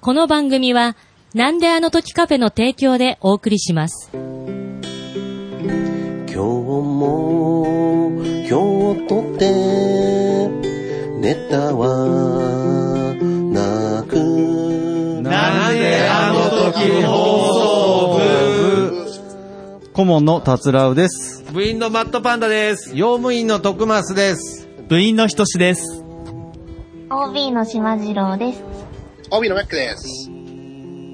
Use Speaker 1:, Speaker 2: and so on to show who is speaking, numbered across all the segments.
Speaker 1: この番組は、なんであの時カフェの提供でお送りします。
Speaker 2: 今日も今日とてネタはなく
Speaker 3: なんであの時放送
Speaker 4: 顧問の達郎 です。
Speaker 3: 部員のマットパンダです。
Speaker 4: 用務員の徳増です。
Speaker 5: 部員のひとしです。
Speaker 6: OB の島次郎です。
Speaker 7: 帯のマックです。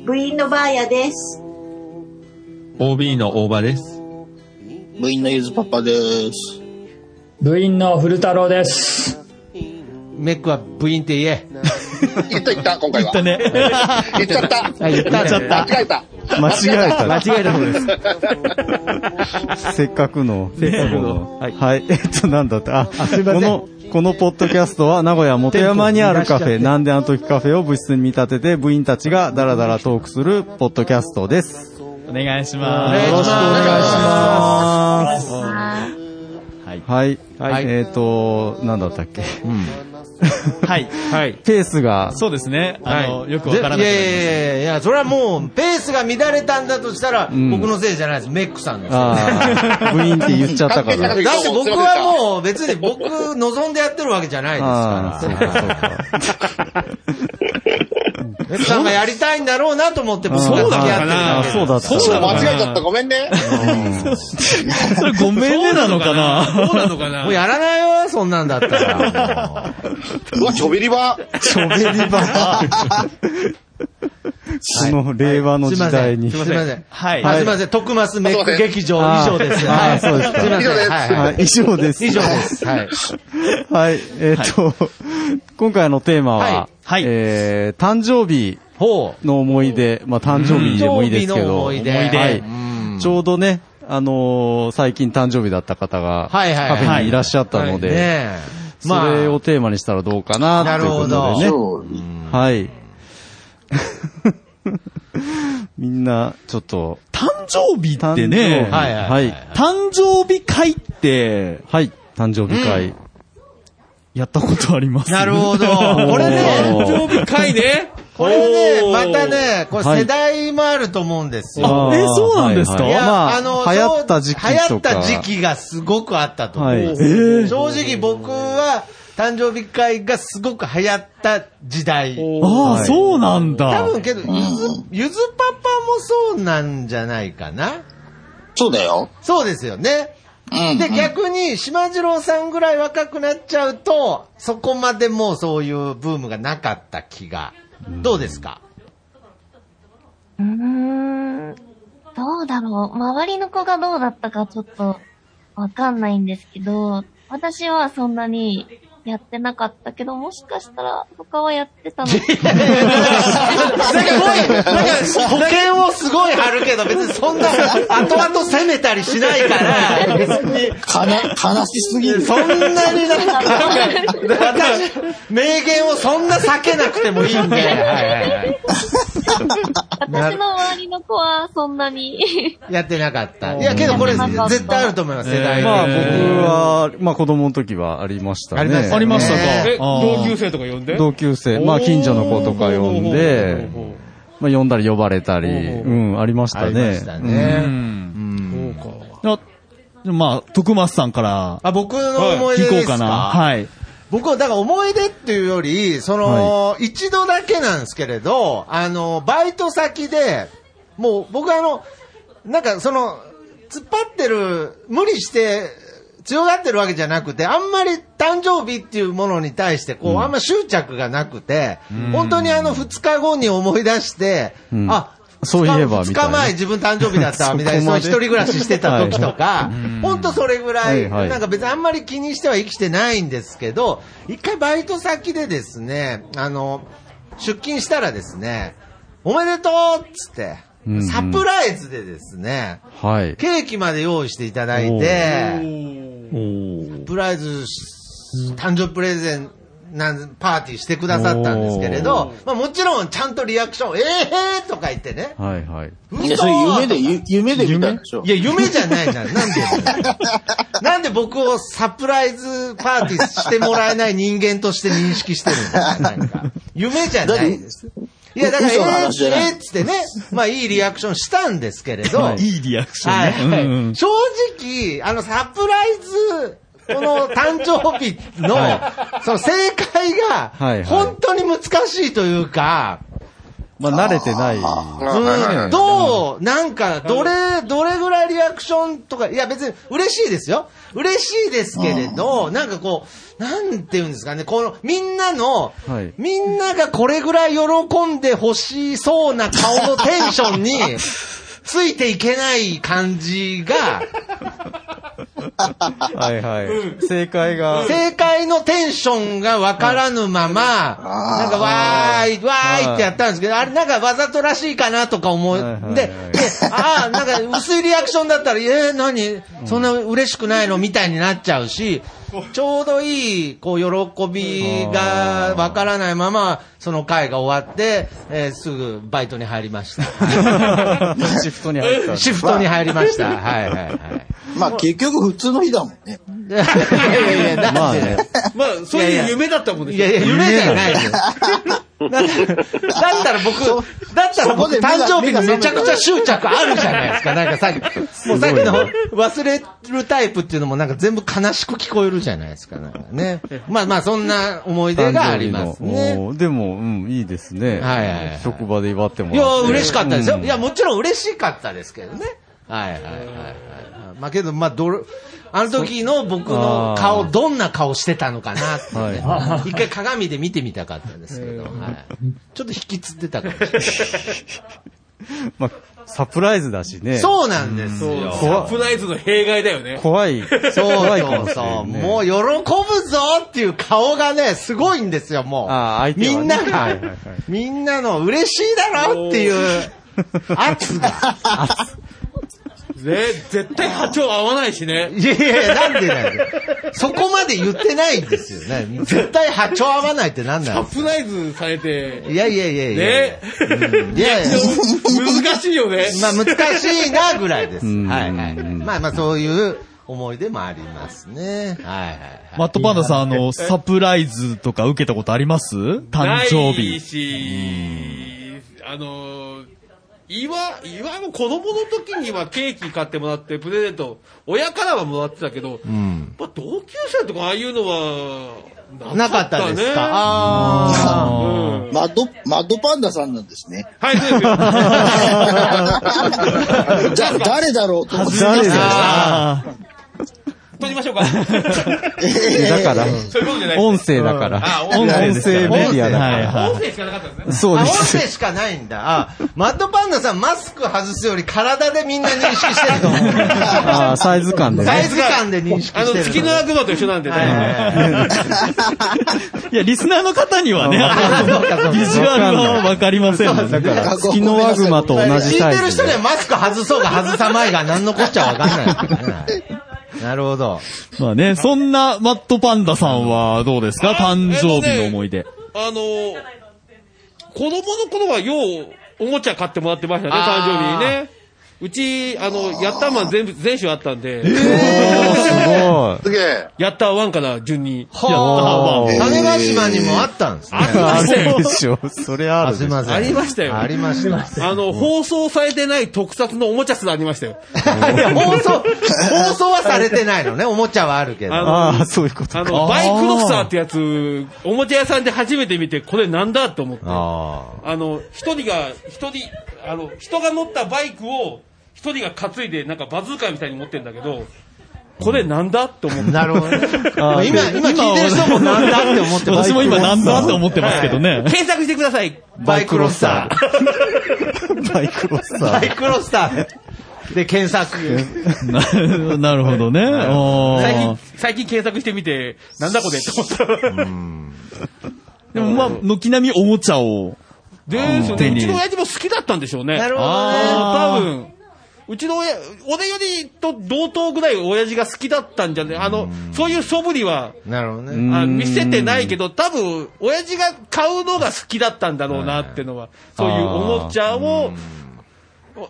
Speaker 8: 部員のバーヤです。
Speaker 3: OB の大場です。
Speaker 7: 部員のゆずパパです。
Speaker 9: 部員の古太郎です。
Speaker 4: メックは部員って言え。
Speaker 7: 言った言った、今回は。
Speaker 5: ね。
Speaker 7: 言っちゃった。
Speaker 3: 言ったね。
Speaker 7: 間違えた。
Speaker 4: 間違えた。
Speaker 3: 間違えたことです。
Speaker 4: せっかくの。せっ
Speaker 3: かくの
Speaker 4: はい。はい。 えっと、なんだって。あ、
Speaker 3: すいませ
Speaker 4: こ
Speaker 3: ん
Speaker 4: の、このポッドキャストは名古屋元山にあるカフ
Speaker 3: 店
Speaker 4: ェ、なんであの時カフェを部室に見立てて部員たちがダラダラトークするポッドキャストです。
Speaker 5: お願いし
Speaker 4: よ
Speaker 5: ま
Speaker 4: ろ
Speaker 5: す。
Speaker 4: しくお願いします。はい。はい。
Speaker 3: はい
Speaker 4: えっと、なんだったっけ。
Speaker 5: はい。
Speaker 3: はい。
Speaker 4: ペースが、
Speaker 5: そうですね。あの、
Speaker 3: はい
Speaker 5: よくわからなく
Speaker 3: い
Speaker 5: なりまし
Speaker 3: やいやいやいや、それはもう、ペースが乱れたんだとしたら、
Speaker 4: ん
Speaker 3: 僕のせいじゃないです。メックさんです。だ
Speaker 4: ああ、部員って言っちゃったから。
Speaker 3: って僕はもう、別に僕望んでやってるわけじゃないです
Speaker 4: ああ、そう
Speaker 3: か
Speaker 4: か、そうか。
Speaker 3: ら。メックさんがやりたいんだろうなと思って、僕が付き合ってるだ
Speaker 4: あ
Speaker 3: け
Speaker 4: そうだった。
Speaker 5: そうなの
Speaker 7: 間違えちゃった、ごめんね。
Speaker 5: た。それごめんねなのかな
Speaker 10: そうなのかな
Speaker 3: もうやらないわ、そんなんだったら。も
Speaker 7: う
Speaker 3: う
Speaker 7: わ、ちょびりば。
Speaker 4: ちょべりば。この令和の時代に。
Speaker 3: すいません。すいません。
Speaker 5: はい
Speaker 3: あすいません。徳マスメック劇場
Speaker 4: あ
Speaker 3: 以上です。
Speaker 4: あ
Speaker 3: はい。
Speaker 4: そうですか
Speaker 3: いま
Speaker 7: 以
Speaker 3: せん
Speaker 7: 上です
Speaker 3: はいは
Speaker 4: はいい、以上です。
Speaker 3: 以上で。す。はい。
Speaker 4: はい、えっと、今回のテーマは、
Speaker 5: はいはい
Speaker 4: えー、誕生日
Speaker 3: ほう。
Speaker 4: の思い出、まあ誕生日でもいいですけど、
Speaker 3: 誕生日の思い出
Speaker 4: はい
Speaker 3: うん
Speaker 4: ちょうどね、あのー最近誕生日だった方が、
Speaker 3: はいはい
Speaker 4: カ
Speaker 3: はい
Speaker 4: フェにいらっしゃったので、
Speaker 3: ねえ。
Speaker 4: それをテーマにしたらどうかな、ということで
Speaker 3: なるほ
Speaker 4: ね。
Speaker 7: そう
Speaker 4: はい。 みんな、ちょっと、
Speaker 5: 誕生日
Speaker 4: 誕
Speaker 5: って
Speaker 4: 生日
Speaker 5: ね、
Speaker 3: はい
Speaker 4: はい。
Speaker 5: 誕生日会って、
Speaker 4: はい。誕生日会。
Speaker 5: やったことあります。
Speaker 3: なるほど。これ
Speaker 4: お
Speaker 3: ね、
Speaker 4: ー
Speaker 10: 誕生日会ね。
Speaker 3: これね、
Speaker 10: お
Speaker 3: ま
Speaker 10: ー
Speaker 3: たね、これ
Speaker 4: はい
Speaker 3: 世代もあると思うんですよ。
Speaker 4: あー
Speaker 5: えそうなんですか
Speaker 4: はい
Speaker 3: い
Speaker 4: はい
Speaker 3: や
Speaker 4: まあ、流行った時期
Speaker 3: そう流行
Speaker 4: と
Speaker 3: っ
Speaker 4: か。
Speaker 3: た時期がすごくあったと思う。
Speaker 4: はいえ
Speaker 3: 正直僕は、誕生日会がすごく流行った時代。
Speaker 5: あ
Speaker 4: は
Speaker 5: あ、
Speaker 4: い
Speaker 5: そうなん
Speaker 3: 多
Speaker 5: だ。
Speaker 3: 分けど、ゆず、ゆずパパもそうなんじゃないかな。
Speaker 7: そうだよ。
Speaker 3: そうですよね。
Speaker 7: うん。
Speaker 3: で、逆に、島次郎さんぐらい若くなっちゃうと、そこまでもうそういうブームがなかった気が。どうですか
Speaker 6: うーん。どうだろう。周りの子がどうだったかちょっとわかんないんですけど、私はそんなにやってなかったけど、もしかしたら他はやってたの。
Speaker 3: なんかすごい、なんか保険をすごい張るけど、別にそんな、後々責めたりしないから、別に、
Speaker 7: かな、悲しすぎる。
Speaker 3: そんなになんか、私、名言をそんな避けなくてもいいんで、はいはいはい
Speaker 6: 私の周りの子はそんなに。
Speaker 3: やってなかった。いや、けどこれ、絶対あると思います、世代
Speaker 4: まあ僕
Speaker 3: で。
Speaker 4: は、まあ子供の時はありましたね。
Speaker 3: ありましたね
Speaker 5: ありました
Speaker 3: え
Speaker 5: か
Speaker 10: え、。
Speaker 5: あ
Speaker 10: 同級
Speaker 5: ー
Speaker 10: 生とか呼んで
Speaker 4: 同級生、まあ近所の子とか呼んで、
Speaker 10: ほうほう
Speaker 4: まあ呼んだり呼ばれたり、うん、ありまし
Speaker 3: あ
Speaker 4: た
Speaker 3: りました
Speaker 4: ね。
Speaker 5: う
Speaker 3: ね。
Speaker 5: ん。
Speaker 3: うん
Speaker 10: ほうほうか
Speaker 5: あまあ、徳松さんから
Speaker 3: あ、僕の思い出
Speaker 5: 聞こ
Speaker 3: で
Speaker 5: う
Speaker 3: すか
Speaker 5: かな。はい。
Speaker 3: 僕はだから思い出っていうより、その、一度だけなんですけれど、あの、バイト先で、もう僕あの、なんかその、突っ張ってる、無理して、強がってるわけじゃなくて、あんまり誕生日っていうものに対して、こう、あんま執着がなくて、本当にあの、二日後に思い出して、
Speaker 4: うん
Speaker 3: あ、
Speaker 4: そういえば
Speaker 3: 2
Speaker 4: みたい
Speaker 3: 日
Speaker 4: な
Speaker 3: 前自分誕生日だ ったみたい
Speaker 4: そこ
Speaker 3: な、そう
Speaker 4: ま
Speaker 3: 一
Speaker 4: で
Speaker 3: 人暮らししてた時とか、本当それぐらい、
Speaker 4: はいはい
Speaker 3: なんか別にあんまり気にしては生きてないんですけど、一回バイト先でですね、あの、出勤したらですね、おめでとうっつって
Speaker 4: うんう、ん
Speaker 3: サプライズでですね、
Speaker 4: はい。
Speaker 3: ケーキまで用意していただいて、サプライズし、誕生日プレゼン、なんパーティーしてくださったんですけれど、まあもちろんちゃんとリアクション、ええーとか言ってね、
Speaker 4: はいはい。
Speaker 7: い
Speaker 3: 嘘
Speaker 7: や、それ夢で、ゆ夢で見たんでしょ
Speaker 3: い。や、夢じゃないじゃん。なんでなんで僕をサプライズパーティーしてもらえない人間として認識してるんですかなんか夢じゃないです。いや、だから、え
Speaker 7: 嘘の話じゃ
Speaker 3: ー、
Speaker 7: ない
Speaker 3: えーっつってね、まあ、いいリアクションしたんですけれど、
Speaker 4: はい
Speaker 3: はい
Speaker 5: いいリアクションね。
Speaker 3: はい
Speaker 5: うんうん
Speaker 3: 正直、あの、サプライズ、この誕生日の、その正解
Speaker 4: はいはい
Speaker 3: が、本当に難しいというか、
Speaker 4: まあ、慣れてない。
Speaker 3: うんどう、なんか、どれ、どれぐらいリアクションとか、いや別に嬉しいですよ。嬉しいですけれど、なんかこう、なんていうんですかね、この、みんなの、
Speaker 4: はい
Speaker 3: みんながこれぐらい喜んでほしそうな顔のテンションに、ついていけない感じ が、
Speaker 4: はいはい。正解が。
Speaker 3: 正解のテンションがわからぬまま、なんかわーい、わーいってやったんですけど、あれなんかわざとらしいかなとか思
Speaker 4: はいはいは
Speaker 3: う。
Speaker 4: い
Speaker 3: で、でああ、なんか薄いリアクションだったら、えー、何そんな嬉しくないのみたいになっちゃうし、ちょうどいい、こう、喜びがわからないまま、その回が終わって、えーすぐバイトに入りました。
Speaker 4: シフトに入った。
Speaker 3: シフトに入りました。はいはいはい。
Speaker 7: まあ結局普通の日だもんね。
Speaker 3: いやいやいや、だって
Speaker 4: まあね
Speaker 5: まあ、そう
Speaker 3: いやい
Speaker 5: いう
Speaker 3: や
Speaker 5: 夢だったもんで
Speaker 3: い
Speaker 5: しょ。
Speaker 3: やいや、夢じゃないですよ。だ ったらだったら僕、だったら
Speaker 7: そ
Speaker 3: 僕、
Speaker 7: こで目が
Speaker 3: 誕生日にめちゃくちゃ執着あるじゃないですか。なんかさっき、もうさっきの忘れるタイプっていうのもなんか全部悲しく聞こえるじゃないですか。なんかね。まあまあ、そんな思い出がありますね。
Speaker 4: おーでも、うん、いいですね。
Speaker 3: はいはいはい
Speaker 4: 職場で祝っても
Speaker 3: い
Speaker 4: ら
Speaker 3: や、
Speaker 4: って。
Speaker 3: 嬉しかったですよ。
Speaker 4: うん
Speaker 3: いや、もちろん嬉しかったですけどね。はいはいはいはい。まあけど、まあ、どれ、あの時の僕の
Speaker 4: あ
Speaker 3: 顔、
Speaker 4: ー
Speaker 3: どんな顔してたのかなってね、
Speaker 4: は
Speaker 3: 一回鏡で見てみたかったんですけど、はい。ちょっと引きつってたかもしれない。
Speaker 4: まあ、サプライズだしね。
Speaker 3: そうなんです
Speaker 5: そう
Speaker 3: よ。
Speaker 5: サプライズの弊害だよね。
Speaker 4: 怖い。そう
Speaker 3: そう
Speaker 4: 怖いか
Speaker 3: そ
Speaker 4: も
Speaker 3: う
Speaker 4: しれ
Speaker 3: そ
Speaker 4: な
Speaker 3: う。
Speaker 4: いね。
Speaker 3: もう喜ぶぞっていう顔がね、すごいんですよ、もう。
Speaker 4: あー相手はね
Speaker 3: みんなが、
Speaker 4: はいはいはい
Speaker 3: みんなの嬉しいだろっていう圧が。
Speaker 5: ね、絶対波長合わないしね。
Speaker 3: いやいやいや、なんでなんで。そこまで言ってないんですよね。絶対波長合わないってなんな
Speaker 5: サ
Speaker 3: んです
Speaker 5: プ
Speaker 3: か
Speaker 5: ライズされて、
Speaker 3: いやいやいやいやいや。
Speaker 5: ね。
Speaker 3: うんいやいや。
Speaker 5: 難しいよね。
Speaker 3: まあ難しいなぐらいです。
Speaker 4: うん
Speaker 3: はいはいはい。まあまあそういう思い出もありますね。はいはいはい。
Speaker 10: マットパンダさん、あの、サプライズとか受けたことあります誕生
Speaker 5: ない
Speaker 10: 日。
Speaker 5: し、 あの、岩、岩も子供の時にはケーキ買ってもらって、プレゼント、親からはもらってたけど、まあ同級生とかああいうのは、
Speaker 3: なかったです
Speaker 5: ね
Speaker 3: かあ
Speaker 5: うん
Speaker 7: マッド、マッドパンダさんなんですね。
Speaker 5: はい、そう ですよ。
Speaker 7: だ誰だろうと思って。
Speaker 4: 誰だ
Speaker 5: あ閉じましょうか。
Speaker 4: えだから、
Speaker 5: そういうことじゃない。
Speaker 4: 音声だから
Speaker 5: あ。音
Speaker 4: 音
Speaker 5: 声
Speaker 4: 声
Speaker 10: で
Speaker 4: メ
Speaker 10: すか
Speaker 4: デ
Speaker 10: らね
Speaker 4: ィアだか
Speaker 10: はい
Speaker 4: ら。
Speaker 10: は
Speaker 5: 音声しかなかったんですね。
Speaker 4: そう
Speaker 3: あ、
Speaker 4: で
Speaker 3: 音
Speaker 4: す
Speaker 3: 声。しかないんだ。あ、マッドパンダさんマスク外すより体でみんな認識してると 思う。
Speaker 4: あーサイズ感で
Speaker 3: サイ
Speaker 4: ね。
Speaker 3: ズ感で認識して
Speaker 5: あ
Speaker 3: ると
Speaker 5: の、
Speaker 3: 思う。
Speaker 5: 月の悪魔と一緒なんで
Speaker 3: はいはい
Speaker 5: ね。
Speaker 3: はい
Speaker 10: いや、リスナーの方にはね、
Speaker 4: あ
Speaker 10: あ
Speaker 4: そうかそうか
Speaker 10: のビジュアルはわかりませんもんね。
Speaker 4: だから、月のワグマと同じサ
Speaker 3: 聞い
Speaker 4: イ
Speaker 3: てる
Speaker 4: ズ
Speaker 3: 人に
Speaker 4: で
Speaker 3: は。マスク外そうが外さまいが何のこっちゃわかんないですからね。なるほど。
Speaker 10: まあね、そんなマットパンダさんはどうですか
Speaker 5: あ
Speaker 10: 誕生日の思い出。
Speaker 5: あの、子供の頃はよう、おもちゃ買ってもらってましたね、誕生日にね。うち、あの、ヤッターマン全部、全種あったんで、
Speaker 4: おー す
Speaker 7: すげえ。
Speaker 5: ヤッターワンから順に。
Speaker 4: は
Speaker 3: は
Speaker 4: あ
Speaker 3: あ。種子島にもあったんですね。
Speaker 4: ごい。
Speaker 5: あ
Speaker 4: あ
Speaker 5: りました
Speaker 4: る
Speaker 5: よ
Speaker 4: でしょ。それあ
Speaker 3: あ
Speaker 4: る
Speaker 3: す
Speaker 4: で
Speaker 3: い
Speaker 4: しょ。
Speaker 3: ません。
Speaker 5: ありましたよ
Speaker 3: ありました。
Speaker 5: あの、放送されてない特撮のおもちゃすらありましたよ。
Speaker 3: いや放送、放送はされてないのね。おもちゃはあるけ
Speaker 5: あ
Speaker 3: ど。
Speaker 4: ああ、そういうこと
Speaker 5: あ
Speaker 4: か。
Speaker 5: の、バイクロクサーってやつ、おもちゃ屋さんで初めて見て、これなんだと思って。
Speaker 3: あ
Speaker 5: あの、一人が、一人、あの、人が乗ったバイクを、一人が担いで、なんかバズーカみたいに持ってんだけど、これなんだって思っ
Speaker 3: あ。
Speaker 5: て。
Speaker 3: なるほどね。
Speaker 4: あ
Speaker 3: 今、今聞いてる人もなんだって思ってます
Speaker 10: 私も今なんだって思ってますけどね。
Speaker 5: 検索してください。
Speaker 3: バイクロスタ
Speaker 4: バイクロス
Speaker 3: ー。
Speaker 4: タ
Speaker 3: バ
Speaker 4: ー。
Speaker 3: イクロスター。で、検索。
Speaker 10: な なるほどね。お
Speaker 5: 最近
Speaker 10: ー、
Speaker 5: 最近検索してみて、なんだこれって思った。
Speaker 10: でもまあ、軒並みおもちゃを。
Speaker 5: ですよ
Speaker 10: 手
Speaker 5: ね。
Speaker 10: に
Speaker 5: うちの親父も好きだったんでしょうね。
Speaker 3: なるほどね。
Speaker 5: 多
Speaker 10: あー
Speaker 5: 分、うちの親、俺よりと同等ぐらい親父が好きだったんじゃね、あの、そういう素振りは、
Speaker 3: なるほどね。
Speaker 5: あ
Speaker 4: うん
Speaker 5: 見せてないけど、多分、親父が買うのが好きだったんだろうなってのは、そういうおもちゃを、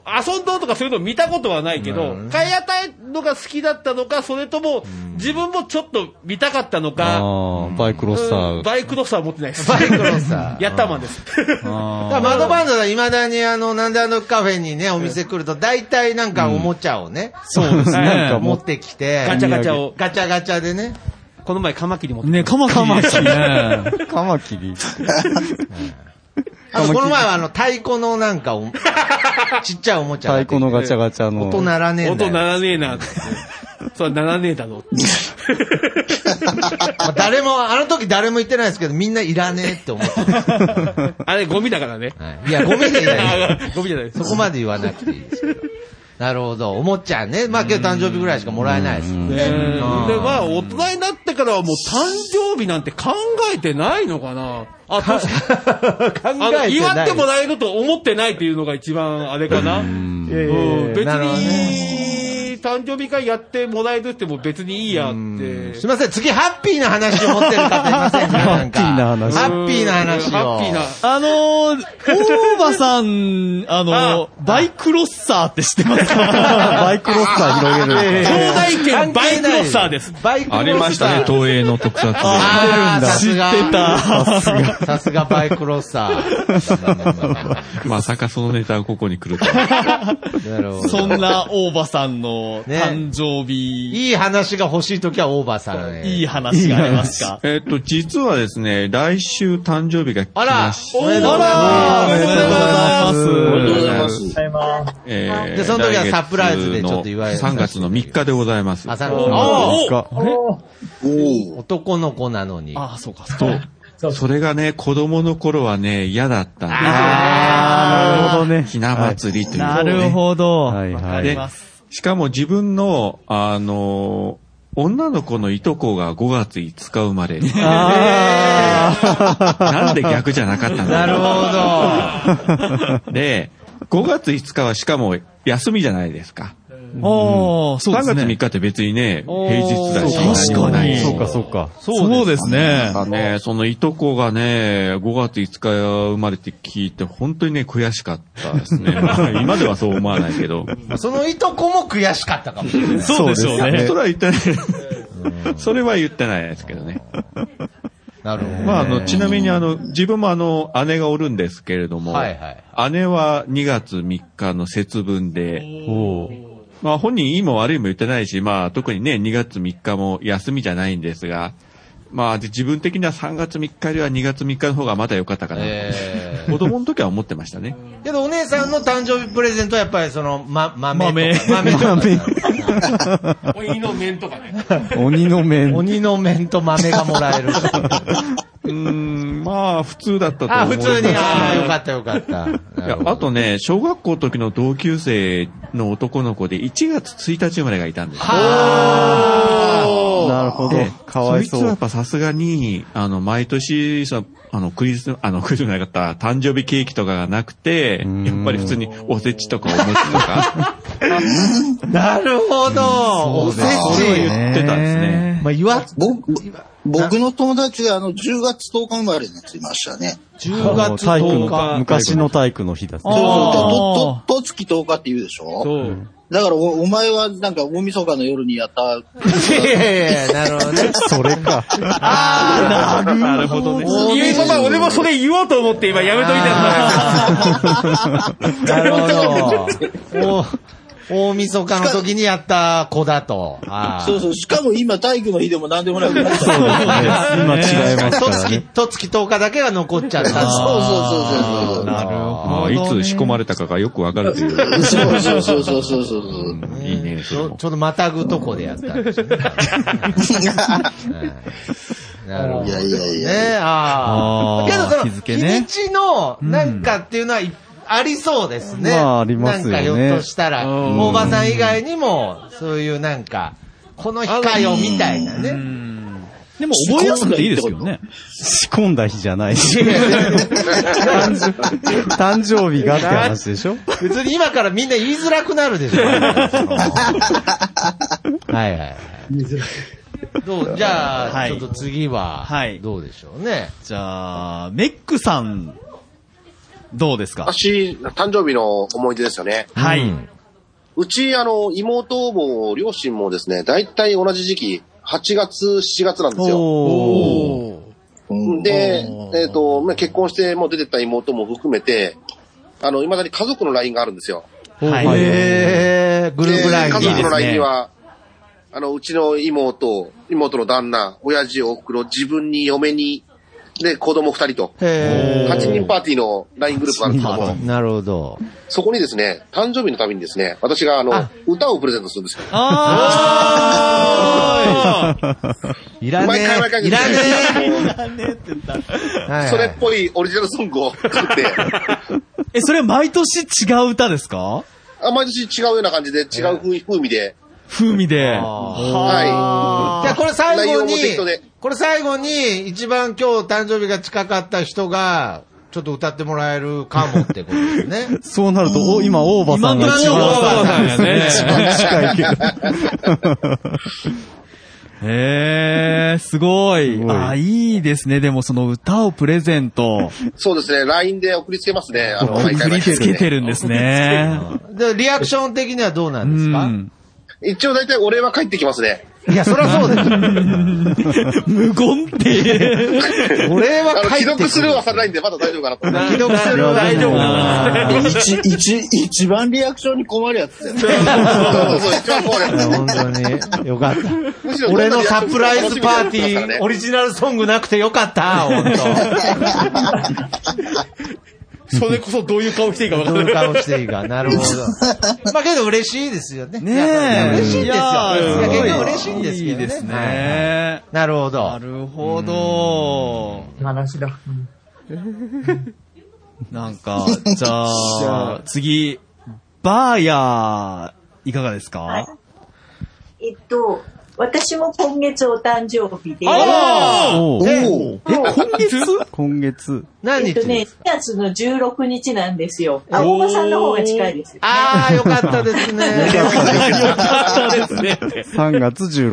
Speaker 5: 遊んだとかそういうの見たことはないけど、買い与えるのが好きだったのか、それとも、自分もちょっと見たかったの
Speaker 4: あ
Speaker 5: か、
Speaker 4: ーバイクロスタ
Speaker 5: うん
Speaker 4: ー。
Speaker 5: バイクロスター持ってないです。
Speaker 3: バイクロスタ ー
Speaker 5: やったマンです。
Speaker 3: だから
Speaker 4: あ
Speaker 3: 窓バンドはいまだにあの、なんであのカフェにね、お店来ると、大体なんかおもちゃをね、
Speaker 10: そうですね
Speaker 3: なんか
Speaker 10: も
Speaker 3: 持
Speaker 10: う
Speaker 3: ってきて、
Speaker 5: ガチャガチャを。
Speaker 3: ガチャガチャでね。
Speaker 5: この前、カマキリ持って
Speaker 10: ね、カマキリです ね。
Speaker 4: ーカマキリ。
Speaker 3: あと、この前はあの、太鼓のなんかお、ちっちゃいおもちゃ
Speaker 4: 太
Speaker 3: が出てきて。
Speaker 4: 鼓のガチャガチャの。
Speaker 3: 音ならねえんだ
Speaker 5: 音
Speaker 3: よ。
Speaker 5: ならねえなって。それはならねえだろ。
Speaker 3: まあ誰も、あの時誰も言ってないですけど、みんないらねえって思ってます。
Speaker 5: あれ、ゴミだからね。
Speaker 3: はいいや、ごめんね。
Speaker 5: ゴミじゃないです
Speaker 3: そ。こまで言わなくていいですけど。なるほど。おもちゃね。まあ、今日誕生日ぐらいしかもらえないですもん
Speaker 5: ね
Speaker 3: ね。
Speaker 5: で、まあ、大人になってからはもう誕生日なんて考えてないのかなあ、確
Speaker 3: 考
Speaker 5: あの、祝ってもらえると思ってないっていうのが一番あれかな。うん
Speaker 3: いやいやいや
Speaker 5: 別
Speaker 3: なるほど
Speaker 5: に、誕生日会やってもらえるっても別にいいやって。
Speaker 3: すいません、次、ハッピーな話を持ってる方いませんかなんか
Speaker 4: ハッピーな話
Speaker 3: ハッピーな話を。
Speaker 5: ハッピーな。
Speaker 10: あのー、大場さん、あのー、バイクロッサーって知ってます か
Speaker 4: バイクロスター広げる。
Speaker 5: 東大県バイクロッサーです。
Speaker 3: バイクロスター。
Speaker 11: ありましたね、東映の特撮。
Speaker 3: あー
Speaker 4: 知
Speaker 10: ってるんだ
Speaker 3: さすが。さすがバイクロスター。
Speaker 11: まさかそのネタがここに来るとは。
Speaker 3: なる ほ
Speaker 10: そん
Speaker 3: ど。
Speaker 10: な大場さんの
Speaker 3: ね
Speaker 10: 誕生日、
Speaker 3: いい話が欲しいときはオーバーさんへ。
Speaker 10: いい話がありますか
Speaker 11: えっと、実はですね、来週誕生日が来
Speaker 3: あら
Speaker 11: まし、
Speaker 3: おめでとうござい
Speaker 10: あ
Speaker 3: ま
Speaker 10: らおめでとうご
Speaker 11: おめでとうご
Speaker 10: ざ
Speaker 11: ざ
Speaker 10: い
Speaker 11: い
Speaker 10: ま。
Speaker 11: ますす。えー
Speaker 3: でその時はサプライズでちょっと言われ
Speaker 11: 3月の3日でございます
Speaker 3: す。。朝
Speaker 5: あ
Speaker 3: の
Speaker 5: お
Speaker 4: か
Speaker 7: おお。
Speaker 3: 男の子なのに。
Speaker 10: ああ、そうか。
Speaker 11: と、それがね、子供の頃はね、嫌だったんです
Speaker 4: なるほどね。
Speaker 11: ひな祭りという
Speaker 10: なるほど。
Speaker 4: はい
Speaker 10: わか
Speaker 4: は
Speaker 10: り
Speaker 11: で
Speaker 4: い。
Speaker 10: ます。
Speaker 11: しかも自分の、あの、女の子のいとこが5月5日生まれ。 なんで逆じゃなかったんだ
Speaker 3: なる
Speaker 11: ろ
Speaker 3: ほ
Speaker 11: う。 で、5月5日はしかも休みじゃないですか。
Speaker 10: おー、そうで
Speaker 11: 3
Speaker 10: す
Speaker 11: 月
Speaker 10: ね。
Speaker 11: 3日って別にね、平日だし。
Speaker 10: 確かに
Speaker 11: 何
Speaker 4: そ
Speaker 11: も
Speaker 4: う
Speaker 11: ない
Speaker 4: かそうか。
Speaker 10: そうですね。
Speaker 11: なんかね、そのいとこがね、5月5日生まれて聞いて、本当にね、悔しかったです ね。まあ今ではそう思わないけど。
Speaker 3: ど。そのいとこも悔しかったかもしれない。
Speaker 10: そうでしょうね
Speaker 11: そ。れは言ってない。それは言ってないですけどね。
Speaker 3: なるほど。
Speaker 11: まあ、あの、ちなみに、あの、自分もあの、姉がおるんですけれども、
Speaker 3: はいはい。
Speaker 11: 姉は2月3日の節分で、まあ、本人いいも悪いも言ってないし、まあ、特にね、2月3日も休みじゃないんですが、まあ、で自分的には3月3日よりは2月3日の方がまだ良かったかな。
Speaker 3: え ー
Speaker 11: 子供の時は思ってましたね。
Speaker 3: けどお姉さんの誕生日プレゼントはやっぱりその、ま、豆とか。
Speaker 10: 豆
Speaker 3: 豆とかなの。
Speaker 5: 鬼の面とかね。
Speaker 4: 鬼の面。
Speaker 3: 鬼の面と豆がもらえる。
Speaker 11: うーん、まあ、普通だったと思う。
Speaker 3: あ、普通に。ああ、よかったよかった。
Speaker 11: い
Speaker 3: なる
Speaker 11: や
Speaker 3: ほ、ど
Speaker 11: あとね、小学校の時の同級生の男の子で1月1日生まれがいたんですよ。
Speaker 4: なるほど
Speaker 11: で。
Speaker 4: かわい
Speaker 11: いつ
Speaker 4: そ
Speaker 11: はやっ
Speaker 4: う。
Speaker 11: ぱさすがに、あの、毎年さ、あの、クリス、あの、クリスマスじゃなかった、誕生日ケーキとかがなくて
Speaker 4: ん、
Speaker 11: やっぱり普通におせちとかお餅とか、
Speaker 3: なるほど。おせ
Speaker 11: それを
Speaker 3: ち。
Speaker 11: 言ってたんですね。
Speaker 3: まあ、祝っ
Speaker 7: 僕、僕の友達があの、10月10日生まれのやついましたね。
Speaker 3: 10
Speaker 4: もう
Speaker 3: 月
Speaker 4: 体育
Speaker 3: 10
Speaker 4: の、
Speaker 3: 日。
Speaker 4: 昔の体育の日だっ
Speaker 7: そう
Speaker 4: た。
Speaker 7: そうそう。
Speaker 10: あ
Speaker 7: と、と、とつき10日って言うでしょ
Speaker 5: そう。
Speaker 7: だからお、お前はなんか大晦日の夜にやった。
Speaker 3: いやいやいや、なるほど ね。
Speaker 4: それか。
Speaker 3: あ
Speaker 11: なるほどね。
Speaker 5: 言えばまあ、俺もそれ言おうと思って今やめといた
Speaker 3: あ、なるほど。お、大晦日の時にやった子だと。あ
Speaker 7: そうそう。しかも今体育の日でも何でもなくなった。そう
Speaker 4: 今違います
Speaker 3: と
Speaker 4: か
Speaker 3: つ
Speaker 4: ら
Speaker 3: き、
Speaker 4: ね。
Speaker 3: とつき10日だけが残っちゃった。
Speaker 7: そうそうそうそうそう。
Speaker 10: なる
Speaker 11: ま
Speaker 10: ほ
Speaker 11: あ、い
Speaker 10: ど。
Speaker 11: つ仕込まれたかがよくわかるという。
Speaker 7: そうそう そうそうそうそうそう。
Speaker 11: いいね、
Speaker 3: ち
Speaker 11: それ
Speaker 3: ょ
Speaker 11: も。
Speaker 3: ちょっとまたぐとこでやったんですね。 うんなるほど
Speaker 7: いやいやいや。
Speaker 3: ねああ
Speaker 10: あ。ー
Speaker 3: けどその、
Speaker 10: 日
Speaker 3: 日
Speaker 10: 付ね
Speaker 3: にちの、なんかっていうのは、いありそうですね。
Speaker 4: まあありますよね
Speaker 3: なんかひょっとしたら、
Speaker 5: うん
Speaker 3: 大場さん以外にも、そういうなんか、この日かよみたいなね。
Speaker 10: でも覚えやすくていいですよね。
Speaker 4: 仕込んだ日じゃないし。誕生 誕生日がって話でしょ
Speaker 3: 別に今からみんな言いづらくな るでしょ。はいはいはい。 どうじゃあ、
Speaker 10: はい
Speaker 3: ちょっと次は
Speaker 10: はい、
Speaker 3: どうでしょうね。
Speaker 10: じゃあ、メックさん。どうですか
Speaker 12: 私、誕生日の思い出ですよね。
Speaker 10: はい。
Speaker 12: うち、あの、妹も両親もですね、大体同じ時期、8月、7月なんですよ。で、えっ、と、まあ結婚してもう出てった妹も含めて、あの、未だに家族の LINE があるんですよ。
Speaker 3: はい。えー、グループライン
Speaker 12: 家族の LINE には、あの、うちの妹、妹の旦那、親父、おふくろ、自分に嫁に、で、子供二人と、
Speaker 3: へー
Speaker 12: 8人パーティーの LINE グループがあるんですけども、
Speaker 3: なるほど。
Speaker 12: そこにですね、誕生日のためにですね、私があの、歌をプレゼントするんですよ。
Speaker 3: いらね
Speaker 12: 毎回毎回
Speaker 3: え。いらね
Speaker 12: ねそれっぽいオリジナルソングを作 って、
Speaker 10: え、それ毎年違う歌ですか
Speaker 12: あ毎年違うような感じで、違う風,、風味で、
Speaker 10: 風味で。
Speaker 12: は
Speaker 3: え。じゃあこれ最後に
Speaker 12: 内容も適当で、
Speaker 3: これ最後に、一番今日誕生日が近かった人が、ちょっと歌ってもらえるかもってことですね。
Speaker 4: そうなると、お今、大場さんが一
Speaker 3: 今のところ大場さ
Speaker 4: 番
Speaker 3: んやね
Speaker 4: 一番近いけど。
Speaker 10: へえ、すごい。あ、いいですね。でもその歌をプレゼント。
Speaker 12: そうですね、LINE で送りつけますね。あの、
Speaker 10: 送
Speaker 12: 毎回
Speaker 10: り
Speaker 12: 毎
Speaker 10: つ
Speaker 12: 回
Speaker 10: けてるんです ね。
Speaker 3: で、リアクション的にはどうなんですか
Speaker 12: 一応大体お礼は返ってきますね。
Speaker 3: いや、そりゃそうですよ。
Speaker 10: 無言って。
Speaker 3: お礼は
Speaker 12: あの
Speaker 3: 返っ
Speaker 12: 既読
Speaker 3: てくる
Speaker 12: するはされないんで、まだ大丈夫かなと。
Speaker 3: 既読する は大丈夫かな
Speaker 7: 一、一、一番リアクションに困るやつだよね。
Speaker 3: 本当に。よかっ。
Speaker 12: むしたろ
Speaker 3: 俺のサプライズパーティー、オリジナルソングなくてよかった、本
Speaker 5: それこそどういう顔していいか分
Speaker 3: 当。
Speaker 5: か
Speaker 3: ど
Speaker 5: ん
Speaker 3: う。
Speaker 5: ないいう
Speaker 3: 顔していいか。なるほど。まあけど嬉しいですよね。ねえ嬉しいんですよ。いや、結構嬉しいんですけどね。
Speaker 10: ですね
Speaker 3: はいなるほど。
Speaker 10: なるほど。
Speaker 9: 話だ。
Speaker 10: なんか、じゃあ、次、バーヤー、いかがですか
Speaker 8: えっと、私も今月お誕生日で、
Speaker 4: おー
Speaker 8: え今
Speaker 4: 月今月。
Speaker 8: えっとね、2月の16日なんですよ。あ、
Speaker 4: おー
Speaker 8: おばさんの方が近いですよ。
Speaker 3: ああ、よかったですね。よかったですね。
Speaker 4: 3月16。